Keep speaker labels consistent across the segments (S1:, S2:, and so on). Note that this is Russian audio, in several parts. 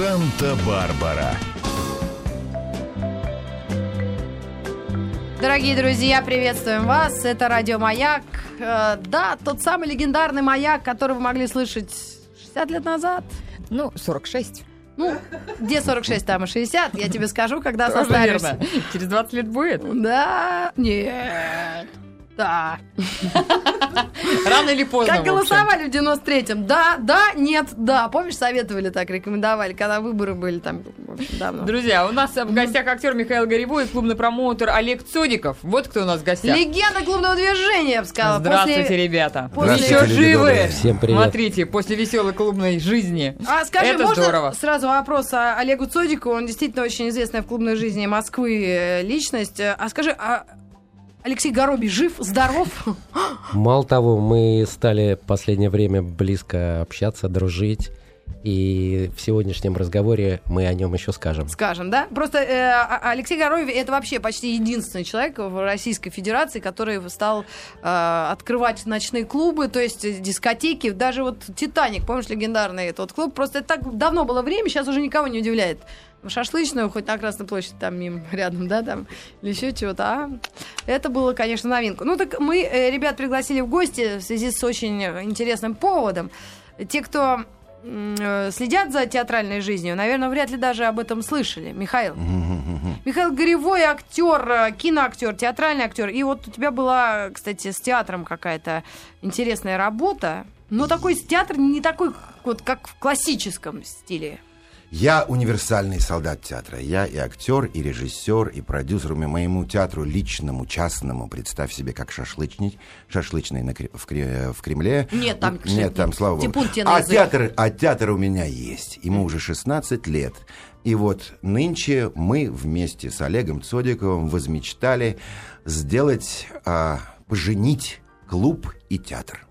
S1: Санта-Барбара.
S2: Дорогие друзья, приветствуем вас. Это радио Маяк. Э, да, тот самый легендарный маяк, который вы могли слышать 60 лет назад.
S3: Ну, 46.
S2: Ну, где 46, там и 60. Я тебе скажу, когда состарюсь.
S3: Через 20 лет будет?
S2: Да, нет. Да.
S3: Рано или поздно.
S2: Как
S3: в общем.
S2: голосовали в 93-м? Да, да, нет, да. Помнишь, советовали так, рекомендовали, когда выборы были там в общем, давно.
S3: Друзья, у нас в гостях актер Михаил Горевой и клубный промоутер Олег Цодиков. Вот кто у нас в гостях.
S2: Легенда клубного движения, я бы сказала.
S3: Здравствуйте,
S2: После-
S3: ребята.
S2: после-
S3: Еще
S4: Здравствуйте, люди
S3: живы.
S4: добрые. Всем привет.
S3: Смотрите, после веселой клубной жизни.
S2: А скажи,
S3: Это
S2: можно
S3: здорово.
S2: сразу вопрос а, Олегу Цодику? Он действительно очень известная в клубной жизни Москвы э, личность. Э, А скажи, а Алексей Горобий жив, здоров?
S4: Мало того, мы стали в последнее время близко общаться, дружить. И в сегодняшнем разговоре мы о нем еще скажем.
S2: Скажем, да? Просто э, а- Алексей Горобий это вообще почти единственный человек в Российской Федерации, который стал э, открывать ночные клубы, то есть э, дискотеки, даже вот Титаник, помнишь, легендарный тот клуб. Просто это так давно было время, сейчас уже никого не удивляет. В Шашлычную, хоть на Красной площади там мимо, рядом, да, там, или еще чего-то. А это было, конечно, новинку. Ну так мы э, ребят пригласили в гости в связи с очень интересным поводом. Те, кто м, э, следят за театральной жизнью, наверное, вряд ли даже об этом слышали. Михаил. Михаил Горевой, актер, э, киноактер, театральный актер. И вот у тебя была, кстати, с театром какая-то интересная работа. Но такой театр не такой, вот как в классическом стиле.
S5: Я универсальный солдат театра. Я и актер, и режиссер, и продюсер. М- Моему театру личному, частному, представь себе, как шашлычный, шашлычный на Кре- в, Кре- в Кремле.
S2: Нет там
S5: М, Нет, там, слава богу.
S2: Типун тебе на
S5: А
S2: язык.
S5: театр, а театр у меня есть. Ему уже 16 лет. И вот нынче мы вместе с Олегом Цодиковым возмечтали сделать, а, поженить клуб и театр.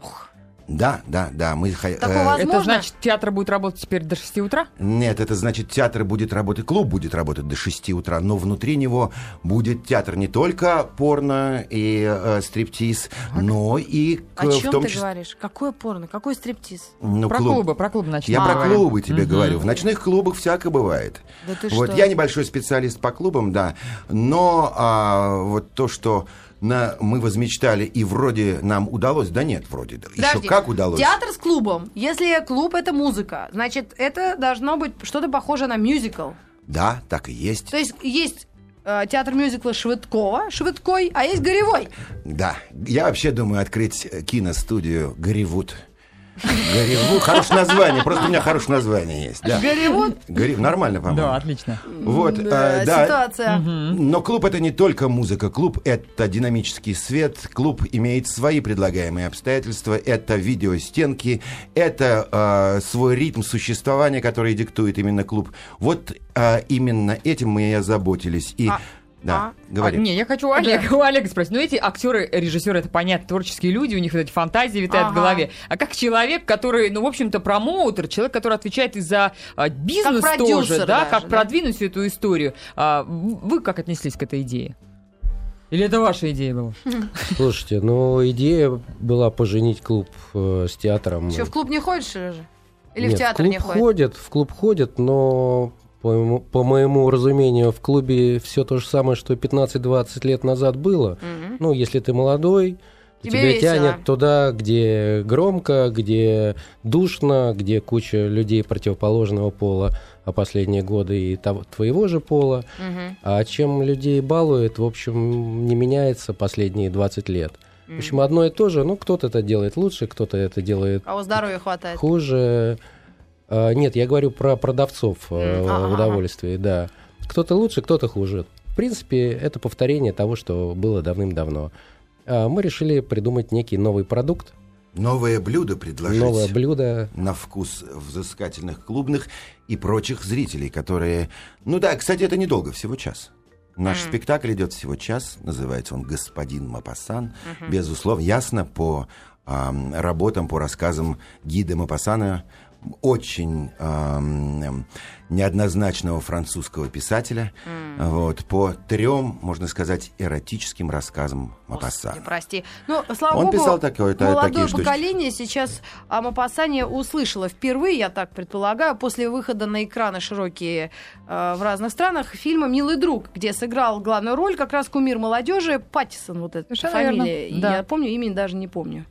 S5: Да, да, да. Мы хо-
S2: Такого
S5: э,
S2: Возможно.
S3: Это значит, театр будет работать теперь до 6 утра?
S5: нет, это значит, театр будет работать, клуб будет работать до 6 утра, но внутри него будет театр не только порно и э, стриптиз, но и к-
S2: О
S5: в
S2: чем
S5: том
S2: ты
S5: числе...
S2: говоришь? Какой порно? Какой стриптиз?
S5: Ну,
S3: про
S5: клуб.
S3: клубы, про клубы начнем.
S5: Я про
S3: Давай.
S5: клубы тебе
S3: Мгм.
S5: говорю. В ночных клубах всяко бывает.
S2: Да ты
S5: вот
S2: что?
S5: я небольшой специалист по клубам, да, но а, вот то, что на, мы возмечтали и вроде нам удалось, да нет, вроде да. еще
S2: Подожди.
S5: как удалось.
S2: Театр с клубом. Если клуб это музыка, значит, это должно быть что-то похожее на мюзикл.
S5: Да, так и есть.
S2: То есть есть э, театр мюзикла Швыдкова, Швыдкой, а есть Горевой.
S5: Да. Я вообще думаю открыть э, киностудию Горевуд. Горевуд. Хорошее название. Просто у меня хорошее название есть. Да.
S2: Горевуд?
S5: Горев- Нормально,
S3: Да,
S5: по-моему.
S3: отлично.
S5: Вот, э,
S2: Да,
S5: да.
S2: ситуация.
S5: Но клуб это не только музыка, клуб это динамический свет, клуб имеет свои предлагаемые обстоятельства, это видеостенки, это э, свой ритм существования, который диктует именно клуб. Вот э, именно этим мы и озаботились. И
S2: А,
S5: да,
S3: А,
S5: говори.
S3: не, я хочу у Олега, у Олега спросить. Ну, эти актеры, режиссеры, это понятно, творческие люди, у них вот эти фантазии витают
S2: Ага.
S3: в голове. А как человек, который, ну, в общем-то, промоутер, человек, который отвечает и за а, бизнес
S2: Как продюсер
S3: тоже, да,
S2: даже,
S3: как
S2: да.
S3: продвинуть всю эту историю. А, в- вы как отнеслись к этой идее? Или это ваша идея была?
S4: Слушайте, ну идея была поженить клуб э, с театром.
S2: Что, в клуб не ходишь или же? Или
S4: Нет,
S2: в театр
S4: клуб
S2: не ходишь?
S4: ходят, в клуб ходят, но по моему, по моему разумению в клубе все то же самое, что 15-20 лет назад было.
S2: Мгм.
S4: Ну, если ты молодой, то
S2: Тебе
S4: тебя
S2: весело.
S4: тянет туда, где громко, где душно, где куча людей противоположного пола, а последние годы и того- твоего же пола.
S2: Мгм.
S4: А чем людей балует, в общем, не меняется последние 20 лет. В общем, одно и то же, ну, кто-то это делает лучше, кто-то это делает
S2: А у здоровья хватает.
S4: хуже. А, Нет, я говорю про продавцов э,
S2: М, а, а, а.
S4: в удовольствии, да. Кто-то лучше, кто-то хуже. В принципе, это повторение того, что было давным-давно. А, Мы решили придумать некий новый продукт,
S5: Новое блюдо предложить.
S4: новое блюдо.
S5: на вкус взыскательных клубных и прочих зрителей, которые... Ну да, кстати, это недолго, всего час. Наш спектакль идет всего час, называется он «Господин Мапасан». Безусловно, ясно по ам, работам, по рассказам гида Мапасана очень эм, неоднозначного французского писателя вот, по трем, можно сказать, эротическим рассказам
S2: Господи,
S5: Мапассана.
S2: прости. Ну, слава
S5: Он
S2: богу,
S5: писал такое- та-
S2: молодое
S5: такие штучки.
S2: поколение сейчас о Мапасане услышало впервые, я так предполагаю, после выхода на экраны широкие э, в разных странах фильма «Милый друг», где сыграл главную роль как раз кумир молодежи Паттисон, вот эта
S3: Совершенно
S2: фамилия.
S3: верно, да.
S2: Я помню, имени даже не помню.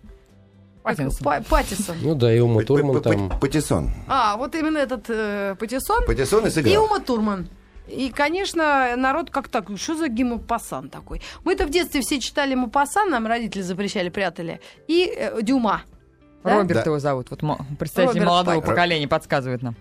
S3: Паттинсон.
S2: Па- Паттисон.
S4: Ну да, и Ума Турман
S5: П- п-
S4: там.
S5: п- Патиссон.
S2: А, вот именно этот э, Патиссон
S5: Патиссон и
S2: и
S5: сыграл.
S2: Ума Турман. И, конечно, народ как так, что за Гимапасан такой? Мы-то в детстве все читали Мапасан, нам родители запрещали, прятали, и э, Дюма. Да?
S3: Роберт
S5: Да.
S3: его зовут. Вот мо- представитель
S2: Роберт
S3: молодого
S5: Пайк.
S3: поколения подсказывает нам.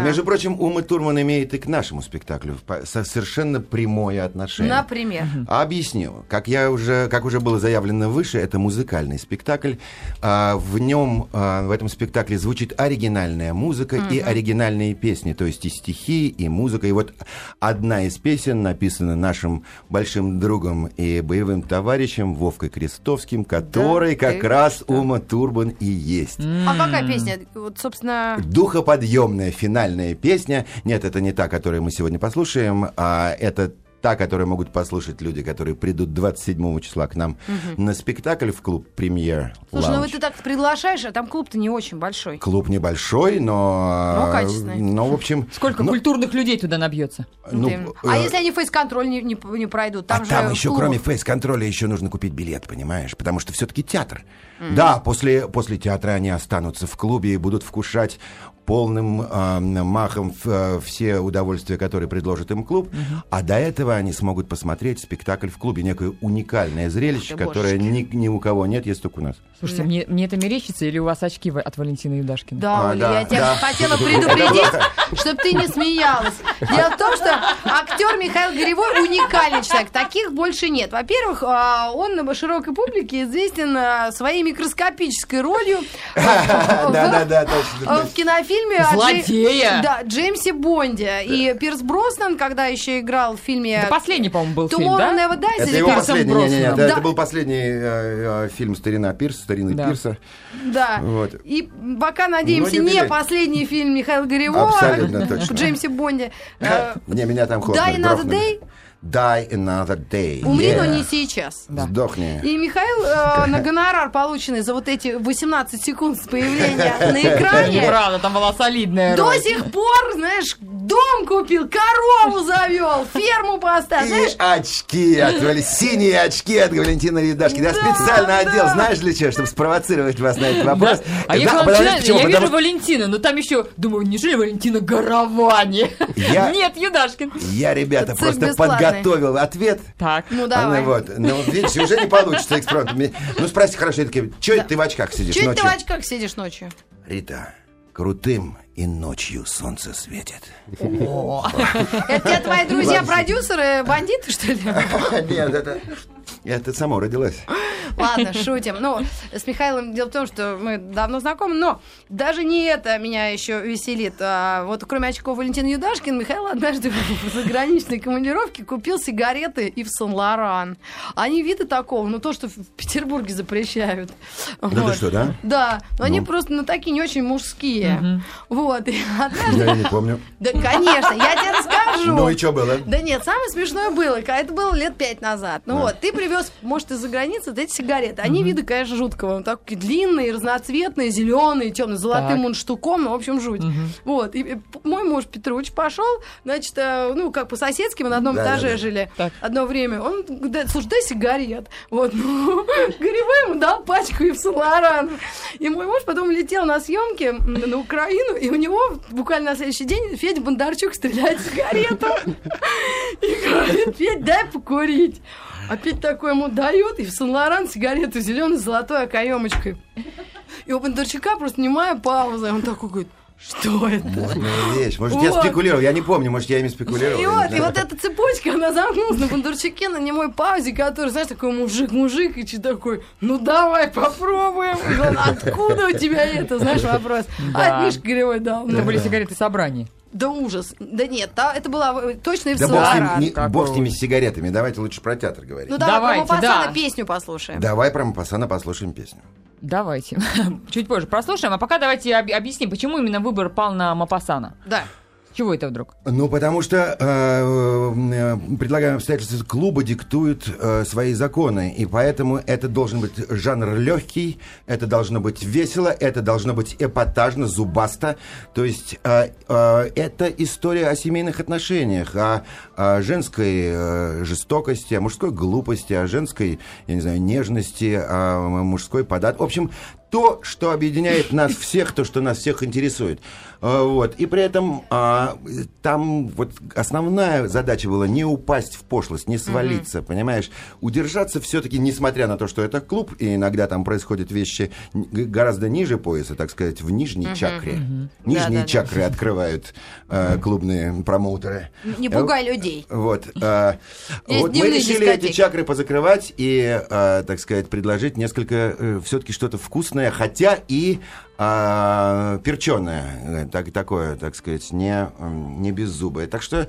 S2: Да.
S5: между прочим, Ума Турман имеет и к нашему спектаклю по- со- совершенно прямое отношение. А
S2: Например.
S5: Объясню. Как я уже, как уже было заявлено выше, это музыкальный спектакль. А, в нем, а, в этом спектакле звучит оригинальная музыка и оригинальные песни, то есть и стихи, и музыка. И вот одна из песен написана нашим большим другом и боевым товарищем Вовкой Крестовским, который
S2: Да
S5: как
S2: ты
S5: раз Ума Турбан и есть.
S2: А какая песня? Вот, собственно...
S5: Духоподъемная финальная песня. Нет, это не та, которую мы сегодня послушаем, а это та, которую могут послушать люди, которые придут 27 числа к нам на спектакль в клуб «Премьер
S2: Слушай, ну
S5: Lounge».
S2: вот ты так приглашаешь, а там клуб-то не очень большой.
S5: Клуб небольшой, но...
S2: Но Ну, качественный.
S5: Но, в общем...
S3: Сколько
S5: ну,
S3: культурных людей туда набьется?
S5: ну,
S2: Ты- а
S5: э,
S2: если они фейс-контроль не, не, не пройдут? Там
S5: а
S2: же
S5: там еще,
S2: клуб.
S5: кроме фейс-контроля, еще нужно купить билет, понимаешь? Потому что все-таки театр. Да, после, после театра они останутся в клубе и будут вкушать полным э, махом ф- э, все удовольствия, которые предложит им клуб. А до этого они смогут посмотреть спектакль в клубе. Некое уникальное зрелище,
S2: Ах ты,
S5: которое ни, ни у кого нет, есть только у нас.
S3: Слушайте, мне, мне это мерещится или у вас очки в- от Валентины Юдашкина?
S2: Да,
S5: А,
S2: Оля,
S5: да,
S2: я тебя
S5: да.
S2: хотела предупредить, чтобы ты не смеялась. Дело в том, что актер Михаил Горевой уникальный человек. Таких больше нет. Во-первых, а, он на широкой публике известен а, своей микроскопической ролью в- в
S5: Да-да-да, точно.
S2: в кинофильме о Джей-
S3: Злодея!
S2: Да, Джеймсе Бонде. И Пирс Броснан, когда еще играл в фильме
S3: Это последний, по-моему, был фильм,
S2: Tomorrow
S3: да?
S2: Never Dies,
S5: Это
S2: или
S5: его
S2: как?
S3: Пирсом
S5: последний, не, не, не,
S3: Броснаном.
S5: да,
S2: Да.
S5: это был последний э, э, фильм «Старина Пирс», «Старины
S3: Да.
S5: Пирса».
S2: Да.
S5: Вот.
S2: И пока, надеемся,
S5: Ну, не
S2: не
S5: бери.
S2: последний фильм Михаила Горевого
S5: Абсолютно
S2: в
S5: точно.
S2: Джеймсе Бонде. Э,
S5: Не, меня там хлопнули,
S2: Die another
S5: грохнули.
S2: day?
S5: Die another day.
S2: Умри, но
S5: Yeah.
S2: не сейчас.
S3: Да.
S5: Сдохни.
S2: И Михаил э, на гонорар, полученный за вот эти 18 секунд с появления на экране,
S3: Неправда, там была солидная
S2: до
S3: роль.
S2: сих пор, знаешь, дом купил, корову завел, ферму поставил, а знаешь,
S5: И очки от Вали- синие очки от Валентины Ридашки. Я
S2: Да,
S5: специально
S2: да.
S5: одел, знаешь для чего, чтобы спровоцировать вас на этот вопрос.
S3: А я,
S5: Да,
S3: когда
S5: потому-
S3: начинаю-
S5: почему?
S3: я
S5: Потому
S3: вижу Валентина, но там еще думаю, неужели Валентина Горовани?
S5: Я-
S3: Нет, Юдашкин.
S5: я, ребята,
S2: Цирк
S5: просто
S2: бесплатный.
S5: подготовил ответ.
S3: Так.
S2: ну
S5: Она
S2: давай.
S5: вот, ну, видишь, уже не получится экспромт. Мне- Ну, спроси хорошо, я такие, чё это ты в очках сидишь
S2: Чуть ты в
S5: ночью?
S2: очках сидишь ночью.
S5: Рита, крутым и ночью солнце светит.
S3: О,
S2: Это тебе твои друзья-продюсеры, бандиты, что ли?
S5: Нет, это... Это само родилась.
S2: Ладно, шутим. Ну, с Михаилом дело в том, что мы давно знакомы, но даже не это меня еще веселит. А вот кроме очков Валентина Юдашкин, Михаил однажды в заграничной командировке купил сигареты и в Сан-Лоран. Они виды такого, ну то, что в Петербурге запрещают.
S5: Да ты что, да?
S2: Да, но они
S5: Ну.
S2: просто, ну, такие не очень мужские. Вот, и однажды...
S5: Я и не помню.
S2: Да, конечно, я тебе расскажу.
S5: Ну и что было?
S2: Да нет, самое смешное было, когда это было лет пять назад. Ну вот, ты привез, может, из-за границы вот эти сигареты. Они виды, конечно, жуткого. Ну, Такие длинные, разноцветные, зеленые, темные, с золотым
S3: Так.
S2: мундштуком. Ну, в общем, жуть. Вот. И э, п- мой муж Петрович пошел, значит, э, ну, как по-соседски, мы на одном
S5: Да,
S2: этаже
S5: да, да.
S2: жили
S3: Так.
S2: одно время. Он говорит, «Да, слушай, дай сигарет. Вот. Ну, Горевой ему дал пачку и в Соларан. И мой муж потом летел на съемки м, на Украину, и у него буквально на следующий день Федя Бондарчук стреляет сигарету. И говорит, Петь, дай покурить. А Петь такой ему дает, и в Сан-Лоран сигарету зеленой с золотой окаемочкой. И у Бондарчука просто немая пауза. И он такой говорит, что это?
S5: Модная ну, вещь. Может, я
S2: Вот.
S5: спекулировал, я не помню, может, я ими спекулировал.
S2: И
S5: я не
S2: вот, и
S5: знаю.
S2: вот эта цепочка, она замкнулась на Бондарчуке, на немой паузе, который, знаешь, такой мужик-мужик, и че такой, ну давай попробуем. И он, Откуда у тебя это, знаешь, вопрос?
S3: Да.
S2: А Мишка Горевой дал.
S3: Это
S2: Ну,
S3: были сигареты собрания.
S2: Да ужас. Да нет, та- это была э, точно и в
S5: Да бог с, ним,
S2: Соларан.
S5: не-
S3: какой.
S5: бог с ними с сигаретами, давайте лучше про театр говорить.
S2: Ну давай,
S3: Давайте,
S2: про Мопассана
S3: да.
S2: песню послушаем.
S5: Давай про Мапасана послушаем песню.
S3: Давайте. Чуть позже прослушаем. А пока давайте об- объясним, почему именно выбор пал на Мапасана.
S2: Да.
S3: Чего это вдруг?
S5: Ну, потому что э, э, предлагаемые обстоятельства клуба диктуют э, свои законы, и поэтому это должен быть жанр легкий, это должно быть весело, это должно быть эпатажно, зубасто. То есть э, э, это история о семейных отношениях, о, о женской э, жестокости, о мужской глупости, о женской, я не знаю, нежности, о мужской подат. В общем, то, что объединяет нас всех, то, что нас всех интересует. Э, Вот. И при этом а, там вот основная задача была не упасть в пошлость, не свалиться, понимаешь? Удержаться все-таки, несмотря на то, что это клуб, и иногда там происходят вещи н- г- гораздо ниже пояса, так сказать, в нижней чакре. Нижние
S2: Да-да-да.
S5: чакры открывают э, клубные промоутеры.
S2: Не пугай людей.
S5: Вот. э,
S2: Есть
S5: вот мы
S2: дневные
S5: решили
S2: дискотеки.
S5: эти чакры позакрывать и, э, так сказать, предложить несколько все-таки что-то вкусное, хотя и э, перченое, э, так, такое, так сказать, не, м, не беззубое. Так что э,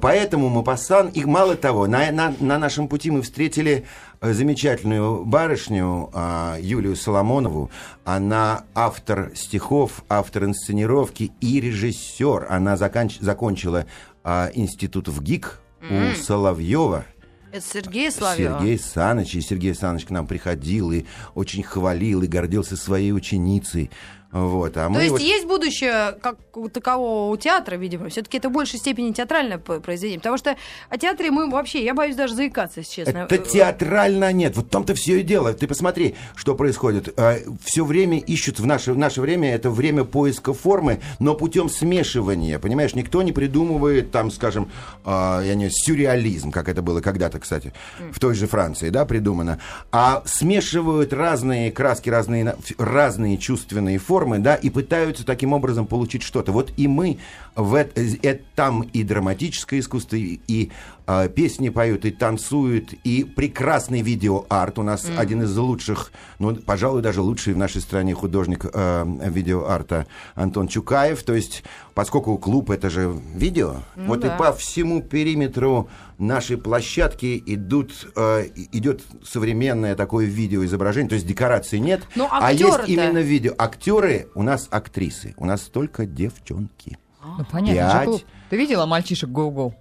S5: поэтому мы пасан, и мало того, на, на, на нашем пути мы встретили э, замечательную барышню э, Юлию Соломонову. Она автор стихов, автор инсценировки и режиссер. Она заканч- закончила а, институт в ГИК у Соловьева.
S2: Это Сергей Славьев.
S5: Сергей Саныч. И Сергей Саныч к нам приходил и очень хвалил, и гордился своей ученицей. Вот. А
S2: То
S5: мы
S2: есть
S5: вот-
S2: есть будущее как у такового у театра, видимо. Все-таки это в большей степени театральное п- произведение. Потому что о театре мы вообще, я боюсь даже заикаться, если честно. Э,
S5: Это театрально нет. Вот в том-то все и дело. Ты посмотри, что происходит. Все время ищут в наше, в наше время, это время поиска формы, но путем смешивания. Понимаешь, никто не придумывает там, скажем, а, я не знаю, сюрреализм, как это было когда-то, кстати, в той же Франции, да, придумано. А смешивают разные краски, разные, на- ф- разные чувственные формы, да, и пытаются таким образом получить что-то. Вот и мы в эт- э, э, там и драматическое искусство, и, и, а, песни поют, и танцуют, и прекрасный видеоарт. У нас один из лучших, ну, пожалуй, даже лучший в нашей стране художник э, видеоарта Антон Чукаев. То есть, поскольку клуб это же видео, вот
S2: Ну да.
S5: и по всему периметру нашей площадки идут, э, и- идет современное такое видеоизображение, то есть декораций нет,
S2: Но
S5: а есть
S2: Ну, актёры-то?
S5: именно видео. Актеры у нас актрисы, у нас только девчонки.
S3: Ну, понятно же
S5: Пять.
S3: клуб. Ты видела мальчишек Гоу-Гоу?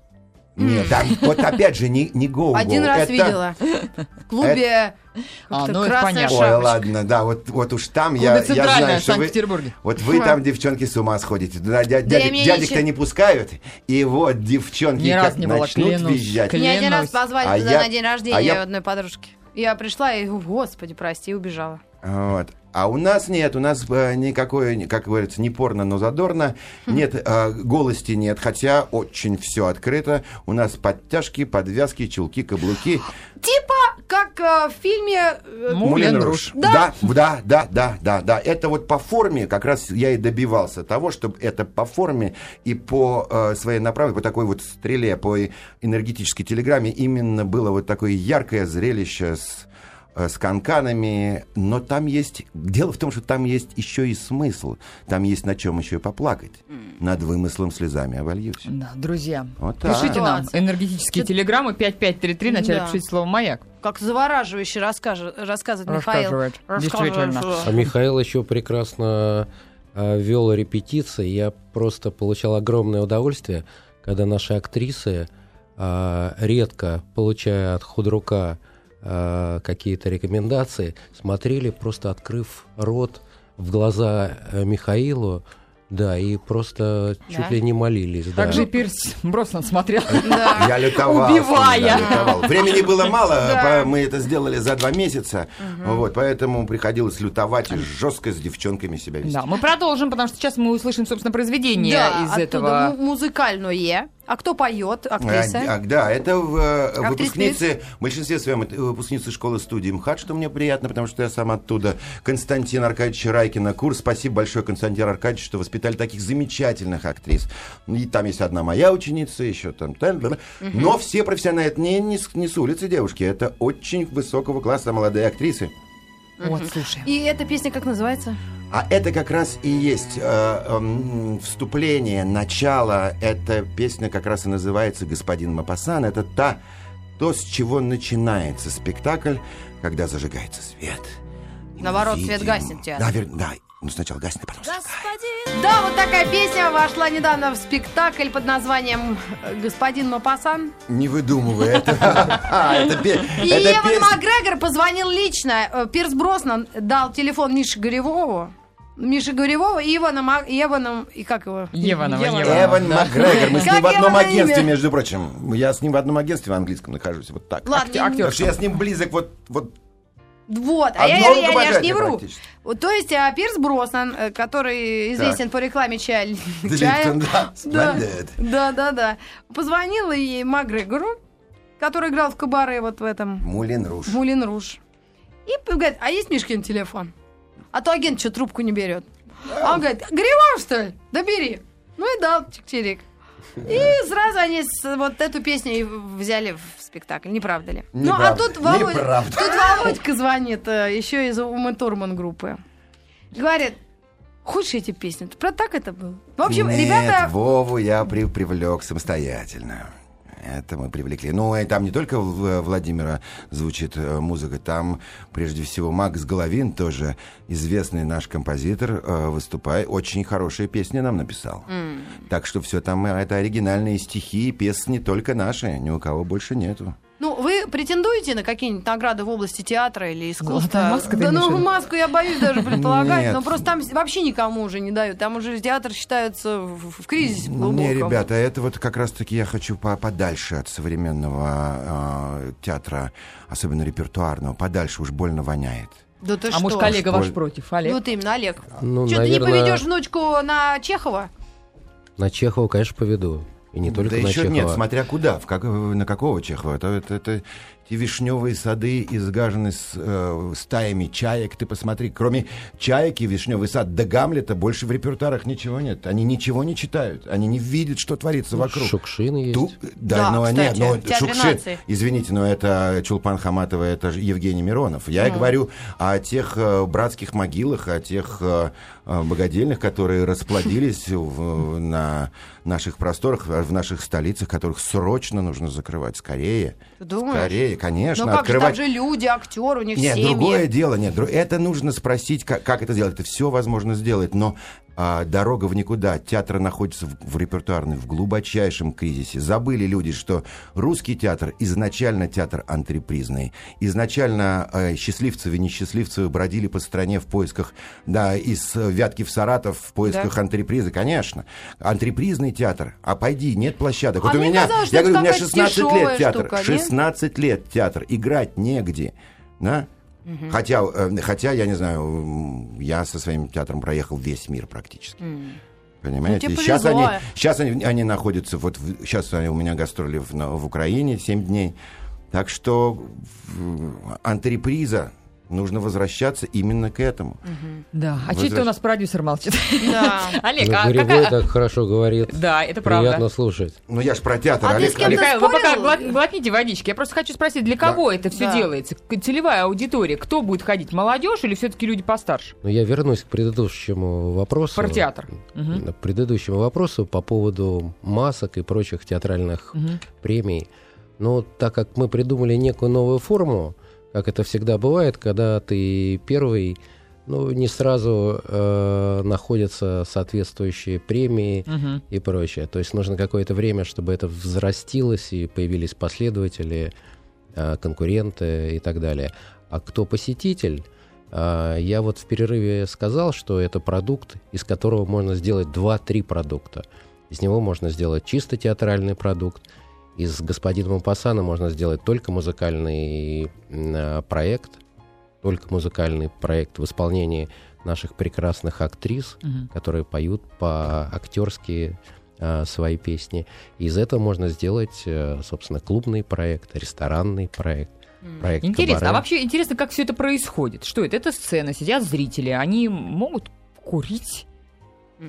S5: Нет, там, вот опять же, не, не go-go.
S2: Один раз
S5: Это-
S2: видела. В клубе
S3: А,
S2: как-то
S3: ну, это
S2: красная
S3: понятно.
S5: Ой,
S2: шапочка.
S5: ладно, да, вот, вот уж там
S3: Клубы
S5: я, я
S3: центральная
S5: знаю,
S3: в
S5: что вы...
S3: Санкт-Петербурге.
S5: Вот вы
S2: Ага.
S5: там, девчонки, с ума сходите. Да, дя-
S2: Да я
S5: дядек-
S2: меня
S5: Дядек-то
S2: еще-
S5: не пускают, и вот девчонки
S3: Ни
S5: как
S3: раз не было,
S5: начнут
S3: клянусь,
S5: визжать.
S3: клянусь.
S2: Меня один раз
S3: Клянусь.
S2: позвали
S5: А
S2: туда
S5: я-
S2: на день
S5: а
S2: рождения
S5: я-
S2: одной подружки. Я пришла и, господи, прости, и убежала.
S5: Вот. А у нас нет, у нас э, никакое, ни- как говорится, не порно, но задорно.
S2: Хм.
S5: Нет, э, голости нет, хотя очень все открыто. У нас подтяжки, подвязки, чулки, каблуки.
S2: Типа, как э, в фильме... э,
S3: Му- Мулен Руж.
S5: Да, да, да, да, да, да. Это вот по форме, как раз я и добивался того, чтобы это по форме и по э, своей направленности, по такой вот стреле, по и- энергетической телеграмме именно было вот такое яркое зрелище с э, с канканами, но там есть... Дело в том, что там есть еще и смысл. Там есть на чем еще и поплакать. Над вымыслом слезами обольюсь.
S3: Да, друзья.
S5: Вот так.
S3: Пишите нам
S2: Класс.
S3: энергетические телеграммы 5533, вначале
S2: Да.
S3: пишите слово «Маяк».
S2: Как завораживающе расскажет, рассказывает Михаил.
S3: Рассказывает. Действительно.
S4: А Михаил еще прекрасно а, вел репетиции. Я просто получал огромное удовольствие, когда наши актрисы, а, редко получая от худрука а, какие-то рекомендации, смотрели, просто открыв рот в глаза э, Михаилу, да, и просто
S2: Да?
S4: чуть ли не молились. да.
S3: Как же Пирс Броснан смотрел.
S2: Да.
S5: А Я лютовал.
S3: Убивая.
S5: да, лютовал. Времени было мало,
S2: Да.
S5: по- мы это сделали за два месяца. Вот, поэтому приходилось лютовать и жестко с девчонками себя вести.
S3: Да, мы продолжим, потому что сейчас мы услышим, собственно, произведение
S2: Да,
S3: из
S2: оттуда
S3: этого.
S2: му- музыкальное. А кто поет?
S5: А,
S2: Актриса.
S5: а, да, это в, э,
S2: Актриса
S5: выпускницы, в большинстве своем это э, выпускницы школы студии МХАТ, что мне приятно, потому что я сам оттуда. Константин Аркадьевич Райкина, курс. Спасибо большое, Константин Аркадьевич, что воспитали таких замечательных актрис. И там есть одна моя ученица, еще там. та- та- та. Но все профессионалы, это не, не, с- не с улицы девушки, это очень высокого класса молодые актрисы.
S3: Вот, слушай.
S2: И эта песня как называется?
S5: А это как раз и есть э, эм, вступление, начало. Эта песня как раз и называется «Господин Мапасан». Это та, то, с чего начинается спектакль, когда зажигается свет,
S2: Наоборот,
S5: Видимо.
S2: свет гаснет в театре.
S5: Навер- Да, ну сначала гаснет, а потом...
S1: Господин,
S2: Да, вот такая песня вошла недавно в спектакль под названием э, «Господин Мапасан».
S5: Не выдумывай это. А, Это пе-
S2: И
S5: это
S2: Эван
S5: песня.
S2: Макгрегор позвонил лично. Э, Пирс Броснан дал телефон Мише Горевову. Мише Горевого и Ивана Мак- и Эваном... И как его?
S3: Еванова, Еванова.
S5: Эван Макгрегор. Мы с
S2: Как
S5: ним в одном
S2: его
S5: агентстве,
S2: имя?
S5: между прочим. Я с ним в одном агентстве в английском нахожусь. Вот так.
S2: Ладно,
S3: Актер- актер.
S5: Потому что я с ним близок вот, вот
S2: Вот, а я,
S5: одно
S2: я- я- я ж не
S5: рукопожатие
S2: вру.
S5: практически.
S2: Вот, То есть а, Пирс Броснан, э, который известен по рекламе чая, чая
S5: Дрифтон, да.
S2: Да.
S5: Splendid.
S2: Да, да, да. Позвонила ей Макгрегору, который играл в кабаре вот в этом
S5: Мулин Руш.
S2: в Мулин Руж. И п- говорит, а есть Мишкин телефон? А то агент что трубку не берет. А он говорит, Гривар, что ли? Да бери. Ну и дал чик-чирик. И сразу они с- вот эту песню и в- взяли в спектакль, не правда ли? ну, а
S5: Неправда,
S2: тут, Володь-
S5: неправда.
S2: тут Володька звонит э, еще из Умы Турман группы. Говорит, хочешь эти песни? Про так это было? В общем,
S5: Нет,
S2: ребята...
S5: Вову я при- привлек самостоятельно. Это мы привлекли. Ну, и там не только в- Владимира звучит э, музыка, там прежде всего Макс Головин, тоже известный наш композитор, э, выступая, очень хорошие песни нам написал. Так что все там, э, это оригинальные стихи, песни только наши, ни у кого больше нету.
S2: Ну, вы претендуете на какие-нибудь награды в области театра или искусства?
S3: Золотая маска, ты
S2: да,
S3: имеешь в
S2: ну,
S3: виду?
S2: маску я боюсь даже предполагать,
S5: Нет.
S2: но просто там вообще никому уже не дают. Там уже театр считается в, в кризисе глубоком.
S5: Ну, Не, ребята, это вот как раз-таки я хочу по- подальше от современного э, театра, особенно репертуарного, подальше уж больно воняет.
S2: Да ты
S3: А может,
S2: что?
S3: коллега
S5: Что
S3: ваш
S5: ли?
S3: против, Олег?
S2: Вот именно, Олег.
S4: Ну,
S2: что, ты не
S4: наверное,
S2: поведешь внучку на Чехова?
S4: на Чехова, конечно, поведу. И не только
S5: да
S4: на
S5: еще
S4: Чехова.
S5: нет, смотря куда, в как, на какого Чехова. Это, это, это те вишневые сады, изгажены с, э, стаями чаек. Ты посмотри, кроме чаек и вишневый сад до Гамлета больше в репертуарах ничего нет. Они ничего не читают, они не видят, что
S4: Ну,
S5: творится вокруг.
S4: Шукшин есть.
S5: Ту- да,
S2: Да,
S5: но они,
S2: кстати,
S5: но
S2: в Театре
S5: Шукшин-
S2: нации.
S5: извините, но это Чулпан Хаматова, это же Евгений Миронов. Я и говорю о тех э, братских могилах, о тех э, э, богадельных, которые расплодились в- на наших просторах, в наших столицах, которых срочно нужно закрывать. Скорее.
S2: Ты думаешь?
S5: Скорее, конечно.
S2: ну как
S5: открывать.
S2: же, там же люди, актеры, у них
S5: Нет,
S2: семьи.
S5: другое дело, нет, дру- это нужно спросить, как, как это сделать. Это все возможно сделать, но а, дорога в никуда. Театр находится в, в репертуарной, в глубочайшем кризисе. Забыли люди, что русский театр изначально театр антрепризный. Изначально э, счастливцев и несчастливцев бродили по стране в поисках, да, из э, Вятки в Саратов в поисках антрепризы, конечно. Антрепризный театр. А пойди, нет площадок.
S2: А
S5: вот у
S2: мне
S5: меня,
S2: казалось, что
S5: я
S2: это
S5: говорю, у меня
S2: какая-то
S5: 16
S2: дешевая
S5: лет театр.
S2: штука, нет?
S5: 16 лет театр. Играть негде. Да? Хотя, э, хотя, я не знаю, м, я со своим театром проехал весь мир практически. Понимаете?
S2: Ну, тебе
S5: сейчас они,
S2: повезло.
S5: сейчас они, они находятся, вот сейчас они у меня гастроли в, на- в Украине 7 дней. Так что в- антреприза нужно возвращаться именно к этому.
S3: Да. А
S5: Возвращ-
S3: чей-то у нас продюсер молчит.
S2: Да.
S3: Олег,
S4: Ну,
S3: а
S4: Горевой
S3: какая...
S4: так хорошо говорит.
S3: Да, это
S4: Приятно
S3: правда.
S4: слушать.
S5: Ну я ж про театр,
S2: А ты
S5: Олег,
S2: с кем-то
S5: Олег,
S3: Михаил, вы
S2: спорил?
S3: пока глот- глотните водички. Я просто хочу спросить, для кого это все
S2: Да.
S3: делается? К- Целевая аудитория. Кто будет ходить? Молодежь или все-таки люди постарше?
S4: Но я вернусь к предыдущему вопросу.
S3: Про театр. Мгм.
S4: К предыдущему вопросу по поводу масок и прочих театральных
S3: Мгм.
S4: премий. Но так как мы придумали некую новую форму, как это всегда бывает, когда ты первый, ну, не сразу э, находятся соответствующие премии
S3: Мгм.
S4: и прочее. То есть нужно какое-то время, чтобы это взрастилось и появились последователи, э, конкуренты и так далее. А кто посетитель? А, Я вот в перерыве сказал, что это продукт, из которого можно сделать 2-3 продукта. Из него можно сделать чисто театральный продукт. Из господина Мапасана можно сделать только музыкальный м, а, проект, только музыкальный проект в исполнении наших прекрасных актрис,
S3: Мгм.
S4: которые поют по-актерски э, свои песни. И из этого можно сделать, э, собственно, клубный проект, ресторанный проект, проект
S3: Интересно.
S4: кабаре.
S3: А вообще интересно, как все это происходит? Что это? Это сцена, сидят зрители. Они могут курить?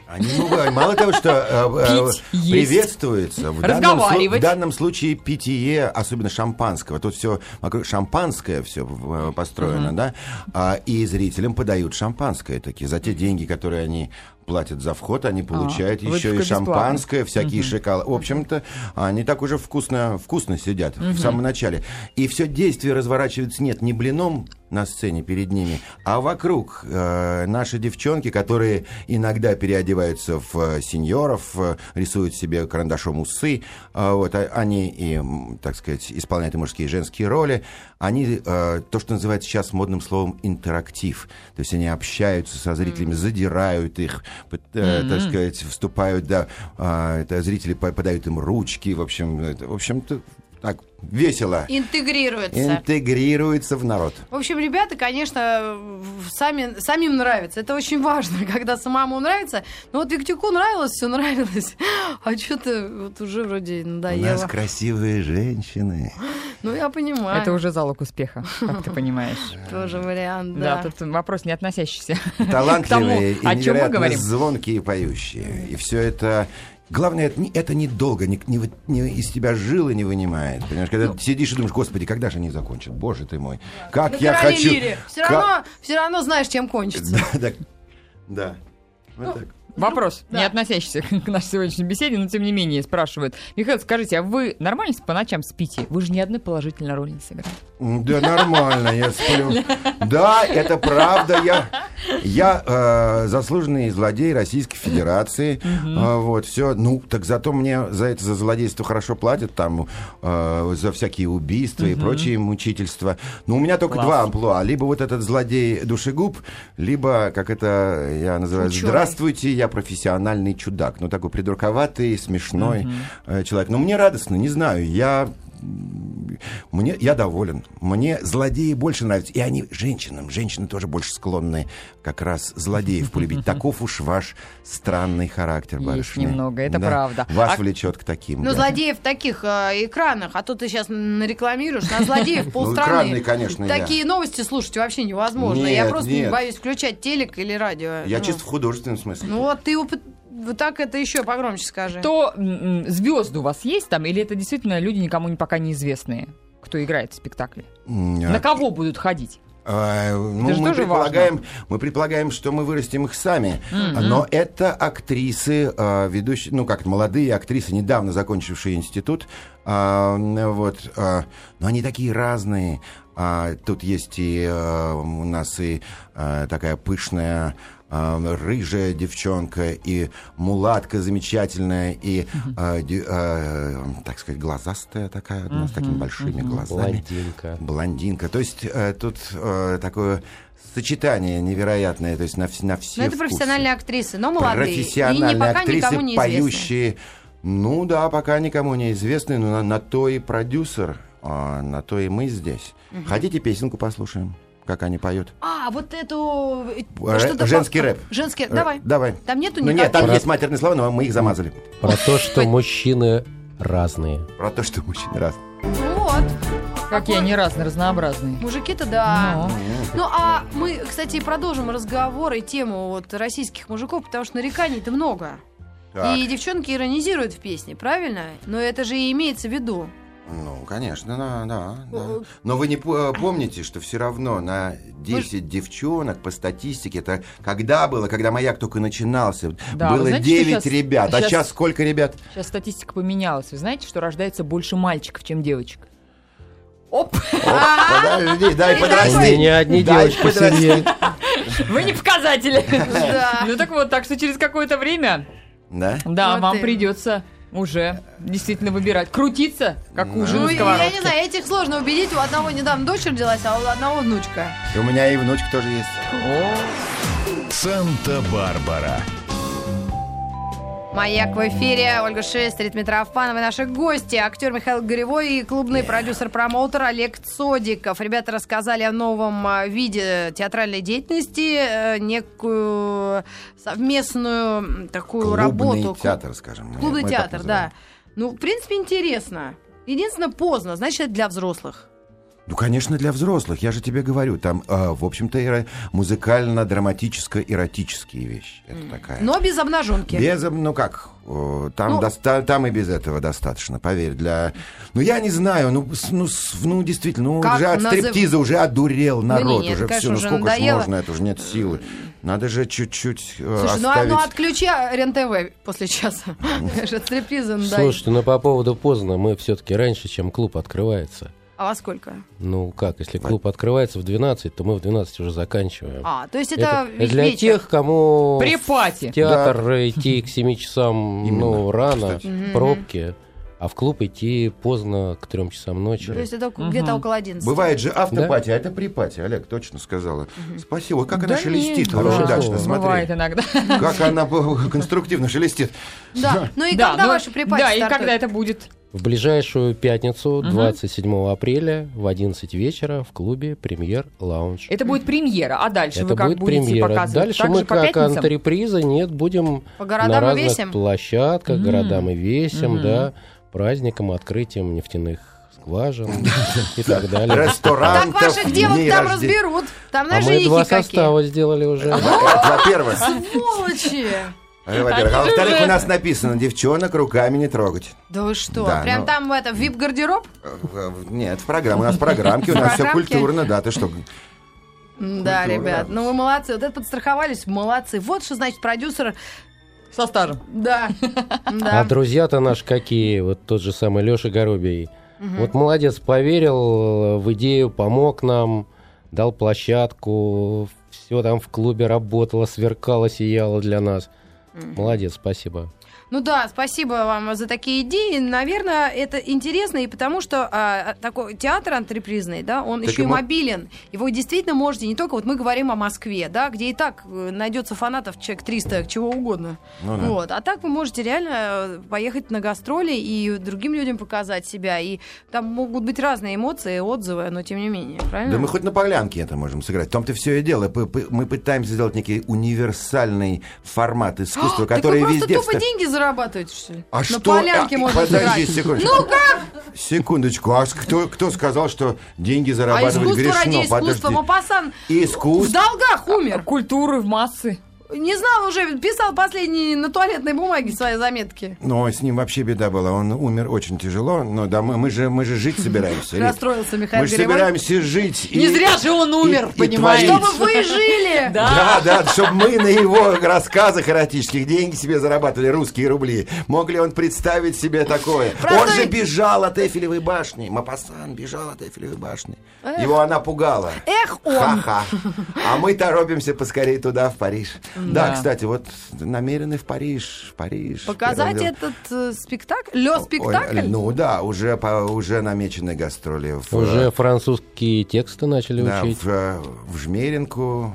S5: Они могут- мало того, что э, э,
S3: Пить, есть.
S5: приветствуется, в данном, слу-
S3: Разговаривать.
S5: в данном случае питье, особенно шампанского. Тут все шампанское все построено, да, А, и зрителям подают шампанское такие за те деньги, которые они платят за вход,
S3: А,
S5: они получают еще и
S3: выпивка
S5: шампанское, всякие
S3: Мгм.
S5: шоколады. В общем-то, они так уже вкусно, вкусно сидят в
S3: Мгм.
S5: самом начале. И все действие разворачивается нет не блином на сцене перед ними, а вокруг. Э, наши девчонки, которые иногда переодеваются в э, сеньоров, э, рисуют себе карандашом усы, а вот, а- они и, м, так сказать, исполняют и мужские, и женские роли. Они э, то, что называют сейчас модным словом интерактив. То есть они общаются со зрителями, задирают их, пыт- э,
S3: Мгм.
S5: так сказать, вступают, да, а, это зрители по- подают им ручки, в общем, это, в общем-то, так весело.
S2: Интегрируется.
S5: Интегрируется в народ.
S2: В общем, ребята, конечно, в- сами, самим нравится. Это очень важно, когда самому нравится. Но вот Виктюку нравилось, все нравилось. А что-то вот уже вроде
S5: У
S2: надоело.
S5: нас красивые женщины.
S2: Ну, я понимаю.
S3: Это уже залог успеха, как ты понимаешь.
S2: Тоже вариант,
S3: Да,
S2: да.
S3: тут вопрос не относящийся.
S5: Талантливые
S3: К тому, о
S5: и
S3: чем мы
S5: невероятно
S3: говорим.
S5: звонкие и поющие. И все это... Главное, это, не- это недолго, не, не вы- не из тебя жилы не вынимает. Понимаешь, когда
S3: Ну.
S5: ты сидишь и думаешь, господи, когда же они закончат? Боже ты мой, как
S2: На
S5: я
S2: короле
S5: хочу...
S2: Лире. Все
S5: Ка-
S2: равно, все равно знаешь, чем кончится.
S5: Да, да. да. Вот
S3: Ну,
S5: так.
S3: Вопрос,
S2: Да.
S3: не относящийся к нашей сегодняшней беседе, но тем не менее спрашивают. Михаил, скажите, а вы нормально по ночам спите? Вы же ни одной положительной роли не сыграли.
S5: М, Да нормально, я сплю. Да, это правда. Я, я э, заслуженный злодей Российской Федерации. А, вот, все. Ну, так зато мне за это, за злодейство хорошо платят, там, э, за всякие убийства и прочие мучительства. Но у меня только
S3: Класс.
S5: два амплуа. Либо вот этот злодей душегуб, либо, как это я называю,
S2: Учёный.
S5: здравствуйте, я профессиональный чудак. Ну, такой придурковатый, смешной э, человек. Но мне радостно, не знаю, я мне я доволен. Мне злодеи больше нравятся. И они женщинам. Женщины тоже больше склонны как раз злодеев полюбить. Таков уж ваш странный характер,
S3: Есть
S5: барышня.
S3: немного, это правда.
S5: Вас
S3: А-
S5: влечет к таким.
S2: Ну,
S5: да.
S2: злодеев в таких э, экранах, а то ты сейчас нарекламируешь, на злодеев
S5: Ну,
S2: полстраны.
S5: экранный, конечно, я.
S2: Такие новости слушать вообще невозможно. Я
S5: Нет,
S2: просто
S5: нет.
S2: боюсь включать телек или радио.
S5: Я
S2: Ну.
S5: чисто в художественном смысле.
S2: Ну вот ты опыт- вот так это еще погромче скажи.
S3: То звезды у вас есть там, или это действительно люди никому не- пока неизвестные, кто играет в спектакле?
S5: М,
S3: На
S5: а-
S3: кого будут ходить?
S5: А, ну,
S3: Это же
S5: мы,
S3: тоже
S5: предполагаем, мы предполагаем, что мы вырастим их сами. Но это актрисы, а, ведущие, ну как молодые актрисы, недавно закончившие институт. А, м, вот, а, но они такие разные. А, тут есть и а, у нас и а, такая пышная а, рыжая девчонка и мулатка замечательная и а, дю- а, так сказать глазастая такая ну, с такими большими глазами
S4: Блондинка.
S5: Блондинка. То есть э, тут э, такое сочетание невероятное, то есть на, вс- на все
S2: Ну, это
S5: вкусы.
S2: профессиональные актрисы, но молодые.
S5: Профессиональные
S2: и не, пока
S5: актрисы,
S2: никому не известны.
S5: поющие. Ну да, пока никому не известны, но на, на то и продюсер, а, на то и мы здесь. Хотите песенку послушаем, как они поют?
S2: А, вот эту... э,
S5: Р-
S2: что-то
S5: женский
S2: по-
S5: рэп.
S2: Женский,
S5: Э,
S2: давай.
S5: давай.
S2: Там нету
S5: Ну нет,
S2: никаких-
S5: там есть матерные слова, но мы их замазали.
S4: Про то, что мужчины разные.
S5: Про то, что мужчины раз.
S2: Вот,
S3: Какие они разные, разнообразные.
S2: мужики-то да.
S3: Ну.
S2: Ну, а мы, кстати, продолжим разговор и тему вот российских мужиков, потому что нареканий-то много.
S5: Так,
S2: И девчонки иронизируют в песне, правильно? Но это же и имеется в виду.
S5: Ну, конечно, да, да, да.
S2: Э,
S5: Но вы не по- помните, что все равно на 10 девчонок по статистике, это когда было, когда маяк только начинался,
S3: Да, вы
S5: было
S3: знаете, что
S5: 9
S3: щас-
S5: ребят, а
S3: щас-
S5: сейчас сколько ребят?
S3: Сейчас статистика поменялась. Вы знаете, что рождается больше мальчиков, чем девочек? Оп!
S5: Подожди, дай
S2: Ты
S4: У
S2: Прости.
S5: подрасти.
S4: меня одни
S5: Дай
S4: девочки сидят.
S3: Вы не показатели!
S2: Да.
S3: Ну так вот, так что через какое-то время,
S5: Да?
S3: да,
S2: Вот
S3: вам
S2: и-
S3: придется уже действительно выбирать. Крутиться, как ужин
S2: Ну,
S3: на
S2: и я не
S3: сковородке.
S2: знаю, этих сложно убедить. У одного недавно дочь родилась, а у одного внучка.
S5: И У меня и внучка тоже есть.
S1: Санта-Барбара.
S2: Маяк в эфире. Ольга Шест, Ритми Трофанова и наши гости. Актер Михаил Горевой и клубный продюсер-промоутер Олег Цодиков. Ребята рассказали о новом а, виде театральной деятельности, э, некую совместную м, такую работу.
S5: Клубный театр, скажем. мы-
S2: Клубный
S5: мы так
S2: театр,
S5: называем.
S2: да. Ну, в принципе, интересно. Единственное, поздно, значит, это для взрослых.
S5: Ну, конечно, для взрослых, я же тебе говорю, там, э, в общем-то, эра- музыкально-драматическо-эротические вещи. Это такая.
S2: Но без обнаженки.
S5: Без, об- ну как, э, там,
S2: Ну-
S5: доста- там и без этого достаточно, поверь. Для... Ну я не знаю, ну, с- ну, с- ну, действительно, ну,
S2: Как
S5: уже от
S2: назыв- Ну,
S5: стриптиза уже одурел народ,
S2: не, не,
S5: уже
S2: это, конечно,
S5: все, ну
S2: уже
S5: сколько ж
S2: надоело.
S5: можно, это уже нет силы. Надо же чуть-чуть э,
S2: Слушай, ну, а-
S5: оставить...
S2: ну отключи рен после часа. Это же сюрпризы надоели.
S4: Слушайте, ну по поводу поздно, мы все-таки раньше, чем клуб открывается.
S2: А во сколько?
S4: Ну как, если клуб открывается в 12, то мы в 12 уже заканчиваем.
S2: А, то есть это, весь
S4: для
S2: вечер.
S4: тех, кому
S3: При
S4: в
S3: пати.
S4: театр идти к 7 часам ну,
S5: Именно,
S4: рано,
S5: кстати.
S2: Мгм.
S4: пробки, а в клуб идти поздно к 3 часам ночи.
S2: То есть это око-
S3: Мгм.
S2: где-то около 11.
S5: Бывает же автопати, а это припати. Олег точно сказала. Спасибо. Как она
S3: Да
S5: шелестит.
S3: нет,
S4: Хорошее
S5: Удачно,
S4: слово.
S5: смотри.
S3: Бывает иногда.
S5: Как она б- конструктивно шелестит.
S2: Да. Ну и
S3: Да,
S2: когда
S3: но-
S2: ваши припати
S3: Да, и
S2: стартуют?
S3: когда это будет?
S4: В ближайшую пятницу,
S3: Мгм.
S4: 27 апреля, в 11 вечера в клубе «Премьер Лаунж».
S3: Это будет премьера, а дальше
S4: Это
S3: вы как
S4: будет
S3: будете
S4: премьера.
S3: показывать?
S4: Дальше
S3: Так
S4: мы
S3: же по
S4: как
S3: пятницам?
S4: антреприза, нет, будем
S2: По
S4: на
S2: городам мы
S4: разных
S2: весим?
S4: площадках,
S3: М.
S4: города мы весим,
S3: Мгм.
S4: да, праздником, открытием нефтяных скважин и так далее.
S2: Так
S5: Ресторантов,
S2: ваших девок
S5: дней
S2: там
S5: рождения.
S2: разберут. Там,
S4: А
S2: знаешь,
S4: мы
S2: женихи
S4: два
S2: какие.
S4: состава сделали уже.
S5: Это Э, Во-первых.
S2: Сволочи!
S5: А, Во-первых. А
S3: Они же
S5: во-вторых,
S3: уже-
S5: у нас написано, девчонок руками не трогать.
S2: Да вы что?
S5: Да,
S2: Прям
S5: ну-
S2: там в это, в вип-гардероб?
S5: Э, в- Нет, в программе. У нас программки, у нас все
S2: Программки.
S5: культурно, да, ты что? ну
S2: Да,
S5: Культура.
S2: ребят, ну вы молодцы. Вот это подстраховались, молодцы. Вот что значит продюсер.
S3: Со стажем.
S2: Да,
S4: А
S2: да.
S4: друзья-то наши какие, вот тот же самый Леша Горобий.
S2: Мгм.
S4: Вот молодец, поверил э, в идею, помог нам, дал площадку, все там в клубе работало, сверкало, сияло для нас. Молодец, спасибо.
S2: Ну да, спасибо вам за такие идеи. Наверное, это интересно и потому, что а, а, такой театр антрепризный, да, он
S5: Так
S2: еще и
S5: ему-
S2: мобилен. И вы действительно можете, не только вот мы говорим о Москве, да, где и так э, найдется фанатов человек 300, чего угодно.
S5: Ну да.
S2: Вот. А так вы можете реально э, поехать на гастроли и другим людям показать себя. И там могут быть разные эмоции, отзывы, но тем не менее, правильно?
S5: Да мы хоть на полянке это можем сыграть. В том-то все и дело. П- п- Мы пытаемся сделать некий универсальный формат искусства,
S2: А, так вы
S5: который
S2: просто
S5: везде...
S2: тупо
S5: вста-
S2: деньги зарабатываете, что ли?
S5: А
S2: на
S5: что?
S2: полянке
S5: а,
S2: можно
S5: Подожди
S2: играть.
S5: секундочку. Секундочку. А с- кто, кто сказал, что деньги
S2: А
S5: зарабатывать
S2: искусство ради
S5: грешно?
S2: искусства.
S5: Подожди.
S2: Мопассан в
S5: Искусство.
S2: долгах умер.
S3: Культуры в массы.
S2: Не знал уже, писал последние на туалетной бумаге свои заметки.
S5: Но Ну, с ним вообще беда была. Он умер очень тяжело. Но да, мы, мы же, мы же жить собираемся. Рит.
S2: Расстроился Михаил
S5: Мы же
S2: Беревой.
S5: собираемся жить. и-
S3: Не зря же он умер,
S5: и
S3: понимаете?
S5: творить.
S2: Чтобы вы жили!
S5: Да, да, чтобы мы на его рассказах эротических деньги себе зарабатывали, русские рубли. Мог ли он представить себе такое? Он
S2: Простой-
S5: же бежал от Эфелевой башни. Мапасан бежал от Эфелевой башни. Его она пугала.
S2: Эх Э, он!
S5: Ха-ха. А мы торопимся поскорее туда, в Париж. Да,
S3: Да.
S5: кстати, вот намерены в Париж, в Париж.
S2: Показать
S5: Первым делом.
S2: этот э, спектакль? Лё
S5: Ой,
S2: спектакль?
S5: Ну да, уже, по- уже намечены гастроли. в, э,
S4: Уже французские тексты начали
S5: да,
S4: учить.
S5: в, э, в Жмеринку,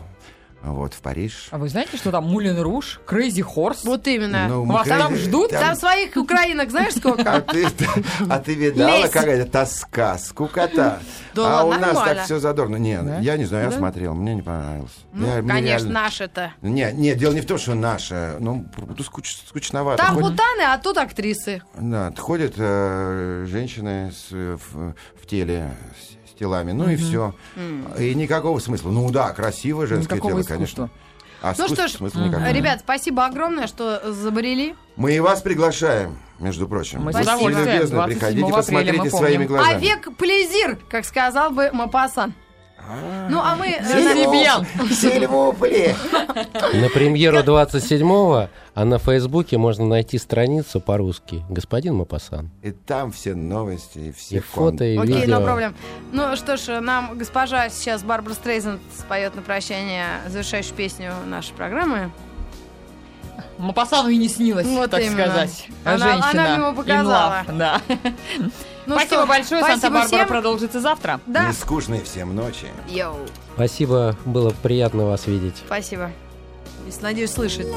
S5: вот, в Париж.
S3: А вы знаете, что там Мулин Руж, Крейзи Хорс?
S2: Вот именно.
S5: Ну, мы,
S3: Вас там
S5: конечно,
S3: ждут?
S2: Там своих украинок знаешь
S5: А
S2: сколько?
S5: ты, а ты видала,
S2: Лезь.
S5: какая тоска, скукота.
S2: Да ладно,
S5: а у нас
S2: нормально.
S5: так все задорно. Не,
S3: Да?
S5: я не знаю, я смотрел, мне не понравилось. Я- мне
S2: Ну, Конечно,
S5: реально-
S2: наши-то.
S5: Не, не, дело не в том, что наша. Ну, тут скуч- скучновато.
S2: Там
S5: Ходят-
S2: бутаны, а тут актрисы.
S5: да, ходят э, женщины с, э, в, в теле с, с телами, ну и все. И никакого смысла. Ну да, красиво женское
S3: Никакого
S5: тело,
S3: искусства.
S5: конечно. А
S2: Ну что
S5: искусства
S2: ж,
S5: смысла никакого.
S2: Ребят, спасибо огромное, что забрели.
S5: Мы и вас приглашаем, между прочим.
S3: Мы с
S5: Будьте
S3: удовольствием.
S5: любезны,
S3: 27
S5: приходите,
S3: апреля, мы
S5: посмотрите
S3: помним.
S5: своими глазами.
S2: А век плезир, как сказал бы Мапасан. Ну, а мы... э,
S3: Сильвиан.
S5: Сильвупле.
S4: На премьеру 27-го, а на Фейсбуке можно найти страницу по-русски «Господин Мапасан».
S5: И там все новости, и все
S4: И фото, и
S2: Окей,
S4: видео.
S2: no проблем. Ну что ж, нам госпожа сейчас Барбара Стрейзен споет на прощание завершающую песню нашей программы.
S3: Мапасану и не снилось,
S2: Вот
S3: так
S2: именно.
S3: сказать.
S2: Она-
S3: Женщина.
S2: она ему
S3: In
S2: показала.
S3: love, Да.
S2: Ну
S3: Спасибо
S2: что,
S3: большое.
S2: спасибо
S3: Санта-Барбара
S2: всем.
S3: продолжится завтра.
S2: Да,
S5: Нескучные всем ночи.
S2: йоу,
S4: Спасибо, было приятно вас видеть.
S2: спасибо. И, Надеюсь, слышать.